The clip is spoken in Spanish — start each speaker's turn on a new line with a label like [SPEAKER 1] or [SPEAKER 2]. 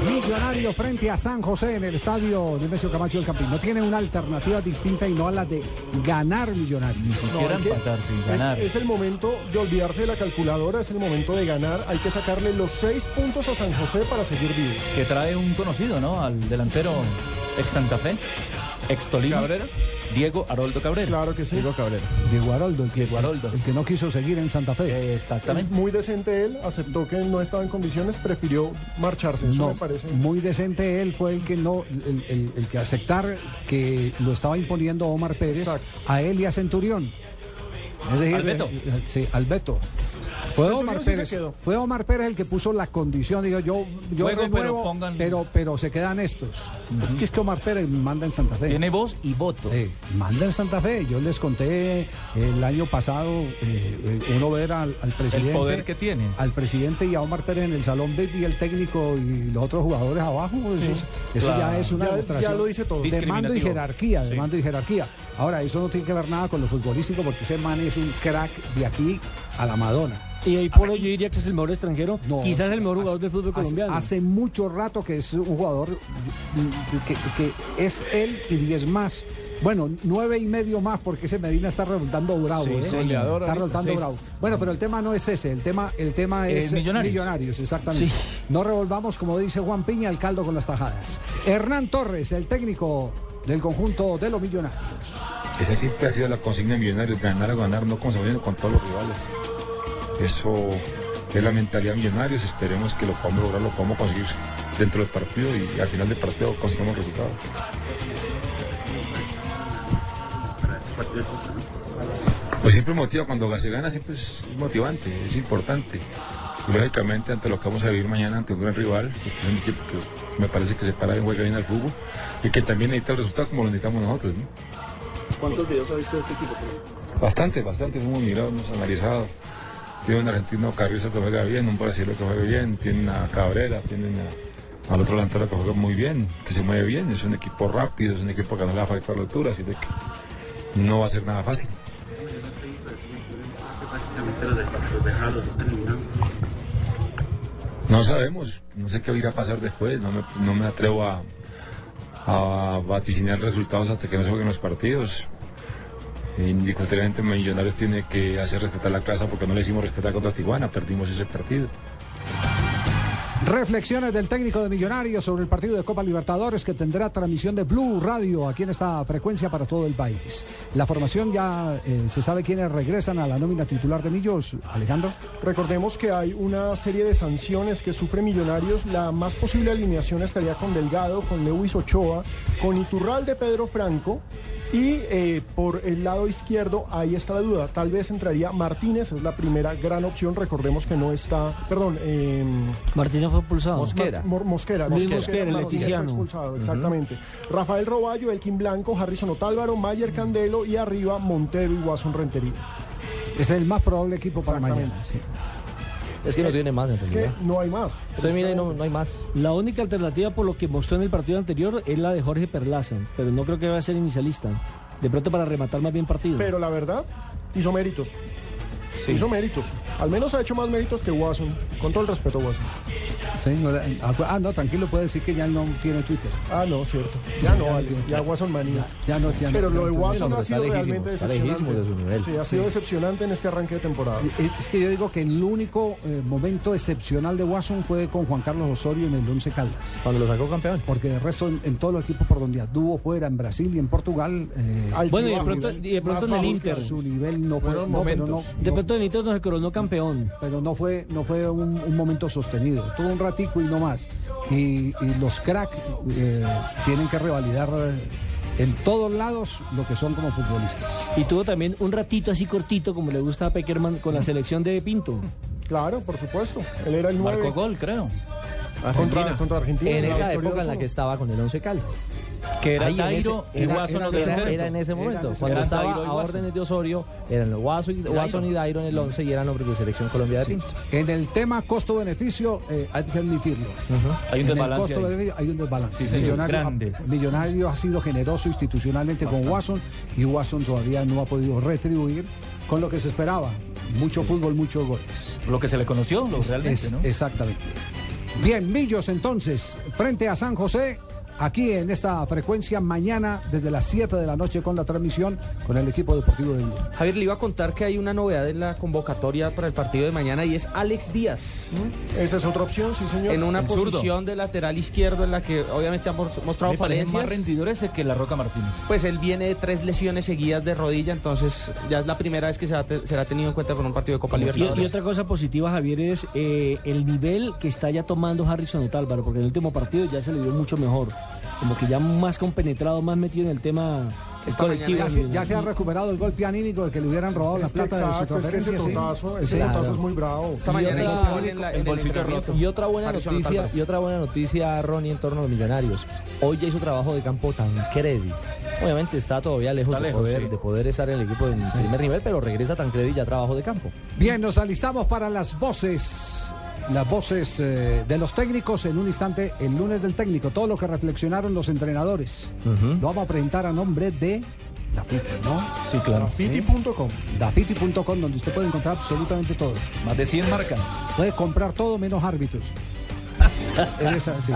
[SPEAKER 1] Millonario frente a San José en el estadio Nemesio Camacho del Campín. No tiene una alternativa distinta y no a la de ganar Millonario.
[SPEAKER 2] Ni siquiera
[SPEAKER 3] hay que-
[SPEAKER 2] empatar sin
[SPEAKER 3] Es,
[SPEAKER 2] ganar.
[SPEAKER 3] es el momento de olvidarse de la calculadora, es el momento de ganar. Hay que sacarle los seis puntos a San José para seguir vivo.
[SPEAKER 2] Que trae un conocido, ¿no? Al delantero ex Santa Fe, ex Tolima.
[SPEAKER 4] Cabrera.
[SPEAKER 2] Diego Haroldo Cabrera.
[SPEAKER 3] Claro que sí.
[SPEAKER 4] Diego Cabrera.
[SPEAKER 1] Diego Aroldo, el que,
[SPEAKER 2] Diego Aroldo.
[SPEAKER 1] el que no quiso seguir en Santa Fe.
[SPEAKER 2] Exactamente.
[SPEAKER 3] Muy decente él, aceptó que no estaba en condiciones, prefirió marcharse. Eso
[SPEAKER 1] No,
[SPEAKER 3] me parece.
[SPEAKER 1] muy decente él fue el que no, el, el- el que aceptar que lo estaba imponiendo Omar Pérez
[SPEAKER 3] Exacto.
[SPEAKER 1] a él y a Centurión. Es decir,
[SPEAKER 2] Alberto.
[SPEAKER 1] eh, eh, sí, Alberto. Fue
[SPEAKER 3] Centurión
[SPEAKER 1] Omar,
[SPEAKER 3] sí se
[SPEAKER 1] Pérez,
[SPEAKER 3] quedó.
[SPEAKER 1] fue Omar Pérez el que puso la condición. Dijo, yo, yo
[SPEAKER 2] Juego, pero
[SPEAKER 1] renuevo,
[SPEAKER 2] pongan-
[SPEAKER 1] pero, pero se quedan estos. Porque es que Omar Pérez manda en Santa Fe.
[SPEAKER 2] Tiene voz y voto.
[SPEAKER 1] Eh, manda en Santa Fe. Yo les conté eh, el año pasado, eh, eh, uno ver al, al presidente.
[SPEAKER 2] poder que tiene.
[SPEAKER 1] Al presidente y a Omar Pérez en el salón VIP y el técnico y los otros jugadores abajo. eso es- eso
[SPEAKER 2] claro.
[SPEAKER 1] ya es una
[SPEAKER 3] Ya- ya
[SPEAKER 1] demostración.
[SPEAKER 3] lo dice todo.
[SPEAKER 1] De mando y
[SPEAKER 2] Discriminativo.
[SPEAKER 1] jerarquía, de
[SPEAKER 2] Sí.
[SPEAKER 1] mando y jerarquía. Ahora, eso no tiene que ver nada con lo futbolístico porque ese man es un crack de aquí a la Madonna.
[SPEAKER 5] Y ahí por hoy yo diría que es el mejor extranjero,
[SPEAKER 1] No,
[SPEAKER 5] quizás el mejor
[SPEAKER 1] hace-
[SPEAKER 5] jugador del fútbol
[SPEAKER 1] hace-
[SPEAKER 5] colombiano.
[SPEAKER 1] Hace mucho rato que es un jugador mm, que, que es él y 10 más. Bueno, nueve y medio más porque ese Medina está resultando bravo.
[SPEAKER 2] Sí,
[SPEAKER 1] ¿eh?
[SPEAKER 2] sí,
[SPEAKER 4] goleador
[SPEAKER 1] está
[SPEAKER 4] ahorita,
[SPEAKER 1] resultando
[SPEAKER 4] seis.
[SPEAKER 1] bravo. Bueno, pero el tema no es ese, el tema, el tema
[SPEAKER 2] Eh,
[SPEAKER 1] es
[SPEAKER 2] Millonarios.
[SPEAKER 1] exactamente.
[SPEAKER 5] Sí.
[SPEAKER 1] No revolvamos, como dice Juan Piña, el caldo con las tajadas. Hernán Torres, el técnico del conjunto de los millonarios.
[SPEAKER 6] Esa siempre ha sido la consigna de Millonarios, ganar a ganar, no consumir con todos los rivales. Eso es la mentalidad de Millonarios, esperemos que lo podamos lograr, lo podamos conseguir dentro del partido y al final del partido consigamos resultados. Pues siempre motiva, cuando se gana siempre es motivante, es importante. Y lógicamente ante lo que vamos a vivir mañana ante un gran rival, que es un equipo que me parece que se para bien, juega bien al fútbol y que también necesita el resultado como lo necesitamos nosotros. ¿no? Bastante, bastante. Hemos migrado, hemos analizado. Tiene un argentino Carrizo que juega bien, un brasileño que juega bien, tiene a Cabrera, tiene a- al otro delantero que juega muy bien, que se mueve bien. Es un equipo rápido, es un equipo que no le va a faltar altura, así de que no va a ser nada fácil. No sabemos, no sé qué irá a pasar después, no me, no me atrevo a, a vaticinar resultados hasta que no se jueguen los partidos. Indiscutiblemente Millonarios tiene que hacer respetar la casa porque no le hicimos respetar contra Tijuana, perdimos ese partido.
[SPEAKER 1] Reflexiones del técnico de Millonarios sobre el partido de Copa Libertadores que tendrá transmisión de Blue Radio aquí en esta frecuencia para todo el país. La formación ya eh, se sabe quiénes regresan a la nómina titular de Millos, Alejandro.
[SPEAKER 3] Recordemos que hay una serie de sanciones que sufre Millonarios. La más posible alineación estaría con Delgado, con Lewis Ochoa, con Iturralde Pedro Franco. Y eh, por el lado izquierdo, ahí está la duda. Tal vez entraría Martínez, es la primera gran opción. Recordemos que no está. Perdón, em,
[SPEAKER 5] Martínez fue expulsado.
[SPEAKER 2] Mosquera.
[SPEAKER 3] Mor- Mosquera.
[SPEAKER 5] Luis
[SPEAKER 3] Mosquera,
[SPEAKER 5] Mosquera, el
[SPEAKER 3] Martínez fue
[SPEAKER 5] leticiano.
[SPEAKER 3] expulsado, exactamente. Rafael Roballo, Elkin Blanco, Harrison Otálvaro, Mayer Candelo y arriba Montero y Guasón Rentería.
[SPEAKER 1] Es el más probable equipo para mañana. sí.
[SPEAKER 7] Es que no tiene más en
[SPEAKER 3] Es que
[SPEAKER 7] realidad.
[SPEAKER 3] no hay más.
[SPEAKER 7] Usted mira y no, no hay más.
[SPEAKER 5] La única alternativa por lo que mostró en el partido anterior es la de Jorge Perlaza, pero no creo que vaya a ser inicialista. De pronto para rematar más bien partido.
[SPEAKER 3] Pero la verdad, hizo méritos. Hizo méritos. Al menos ha hecho más méritos que Watson. Con todo el respeto, Watson.
[SPEAKER 1] Sí, no la- ah, no, tranquilo, puede decir que ya no tiene Twitter.
[SPEAKER 3] Ah, no, cierto. Ya no,
[SPEAKER 1] ya
[SPEAKER 3] vale.
[SPEAKER 1] tiene-
[SPEAKER 3] Ya Watson manía.
[SPEAKER 1] Ya no, ya no-
[SPEAKER 3] Pero lo de
[SPEAKER 1] ya no-
[SPEAKER 3] Watson
[SPEAKER 7] no,
[SPEAKER 3] ha
[SPEAKER 7] pero
[SPEAKER 3] sido
[SPEAKER 7] está
[SPEAKER 3] realmente
[SPEAKER 7] lejísimo, está
[SPEAKER 3] decepcionante.
[SPEAKER 7] lejísimo de su nivel.
[SPEAKER 3] Sí, ha sido decepcionante en este arranque de temporada.
[SPEAKER 1] Eh, Es que yo digo que el único eh, momento excepcional de Watson fue con Juan Carlos Osorio en el Once Caldas.
[SPEAKER 7] Cuando lo sacó campeón.
[SPEAKER 1] Porque el resto en, en todos los equipos por donde anduvo fuera, en Brasil y en Portugal, eh,
[SPEAKER 5] Bueno, y de
[SPEAKER 3] Altibajo,
[SPEAKER 5] pronto-
[SPEAKER 3] nivel.
[SPEAKER 5] y de pronto
[SPEAKER 3] Más
[SPEAKER 5] en el
[SPEAKER 3] bajo que
[SPEAKER 5] Inter.
[SPEAKER 3] su-
[SPEAKER 1] su nivel no fue,
[SPEAKER 4] Fueron
[SPEAKER 1] no, pero no,
[SPEAKER 4] momentos.
[SPEAKER 5] de
[SPEAKER 1] no-
[SPEAKER 5] pronto Benito nos coronó campeón.
[SPEAKER 1] pero no fue, no fue un, un momento sostenido. Tuvo un ratico y no más. Y, y los crack eh, tienen que revalidar eh, en todos lados lo que son como futbolistas.
[SPEAKER 5] Y tuvo también un ratito así cortito, como le gusta a Peckerman, con la selección de Pinto.
[SPEAKER 3] Claro, por supuesto. Él era el 9.
[SPEAKER 2] Marcó gol, creo.
[SPEAKER 3] Contra, contra Argentina.
[SPEAKER 7] En
[SPEAKER 3] la
[SPEAKER 7] esa
[SPEAKER 3] victoria
[SPEAKER 7] época en la que
[SPEAKER 3] 2-1.
[SPEAKER 7] estaba con el Once Caldas.
[SPEAKER 2] Que era
[SPEAKER 7] Ahí en
[SPEAKER 2] Tairo
[SPEAKER 7] ese-
[SPEAKER 2] y
[SPEAKER 7] era-
[SPEAKER 2] Guaso
[SPEAKER 7] era-
[SPEAKER 2] los
[SPEAKER 7] era-
[SPEAKER 2] delanteros.
[SPEAKER 7] era en ese momento.
[SPEAKER 1] Eran-
[SPEAKER 7] cuando
[SPEAKER 2] eran
[SPEAKER 7] estaba
[SPEAKER 2] Dairo y
[SPEAKER 7] a
[SPEAKER 2] Guasón.
[SPEAKER 7] órdenes de Osorio, eran Guaso y, Guasón y Dairo en el once y eran hombres de selección Colombia de Pinto.
[SPEAKER 1] En el tema costo-beneficio, eh, hay que admitirlo. En
[SPEAKER 2] Hay un
[SPEAKER 1] el
[SPEAKER 2] desbalance. ahí.
[SPEAKER 1] costo-beneficio hay un desbalance.
[SPEAKER 2] Sí, señor,
[SPEAKER 1] Millonario,
[SPEAKER 2] grande.
[SPEAKER 1] Millonario ha sido generoso institucionalmente con Watson y Watson todavía no ha podido retribuir con lo que se esperaba. Mucho fútbol, muchos goles.
[SPEAKER 2] Lo que se le conoció, lo
[SPEAKER 1] Pues Es-
[SPEAKER 2] realmente,
[SPEAKER 1] es-
[SPEAKER 2] ¿no?
[SPEAKER 1] Exactamente. Bien, Millos entonces, frente a San José, aquí en esta frecuencia, mañana desde las 7 de la noche con la transmisión con el equipo deportivo de Blue.
[SPEAKER 7] Javier, le iba a contar que hay una novedad en la convocatoria para el partido de mañana y es Alex Díaz.
[SPEAKER 3] Esa es otra opción, sí, señor.
[SPEAKER 7] En una
[SPEAKER 2] El zurdo.
[SPEAKER 7] posición de lateral izquierdo en la que obviamente ha mos- mostrado
[SPEAKER 2] Me parece más
[SPEAKER 7] falencias.
[SPEAKER 2] rendidor ese que la Roca Martínez.
[SPEAKER 7] Pues él viene de tres lesiones seguidas de rodilla, entonces ya es la primera vez que se va a te- será tenido en cuenta por un partido de Copa
[SPEAKER 5] Y, y
[SPEAKER 7] Libertadores.
[SPEAKER 5] otra cosa positiva, Javier, es eh, el nivel que está ya tomando Harrison Otálvaro, porque en el último partido ya se le dio mucho mejor. Como que ya más compenetrado, más metido en el tema
[SPEAKER 7] Esta
[SPEAKER 5] colectivo.
[SPEAKER 7] mañana
[SPEAKER 1] Ya se, ya se ha recuperado el golpe anímico de que le hubieran robado la
[SPEAKER 3] Es que
[SPEAKER 1] plata de su
[SPEAKER 3] exacto, es que ese
[SPEAKER 1] transferencia. sí.
[SPEAKER 3] tortazo, ese
[SPEAKER 1] Sí.
[SPEAKER 3] tortazo es muy bravo.
[SPEAKER 7] Esta mañana
[SPEAKER 5] otra-
[SPEAKER 7] hizo gol en, la-
[SPEAKER 2] el
[SPEAKER 7] en el
[SPEAKER 2] bolsillo
[SPEAKER 7] entrenamiento.
[SPEAKER 2] roto.
[SPEAKER 7] Y Y
[SPEAKER 2] Y
[SPEAKER 7] otra buena
[SPEAKER 2] Harrison
[SPEAKER 7] noticia,
[SPEAKER 2] Otálvaro.
[SPEAKER 7] y otra buena noticia, Ronnie, en torno a los millonarios. Hoy ya hizo trabajo de campo Tancredi. Obviamente está todavía lejos,
[SPEAKER 2] Está
[SPEAKER 7] de,
[SPEAKER 2] lejos,
[SPEAKER 7] poder,
[SPEAKER 2] sí.
[SPEAKER 7] de poder estar en el equipo en primer nivel, pero regresa Tancredi ya trabajo de campo.
[SPEAKER 1] Bien, nos alistamos para las voces, las voces eh, de los técnicos en un instante, el lunes del técnico, todo lo que reflexionaron los entrenadores. Lo vamos a presentar a nombre de Dafiti, ¿no?
[SPEAKER 2] Sí, claro.
[SPEAKER 3] Piti.com.
[SPEAKER 1] Dafiti.com, donde usted puede encontrar absolutamente todo.
[SPEAKER 2] Más de 100 marcas.
[SPEAKER 1] Puede comprar todo menos árbitros. En esa, sí.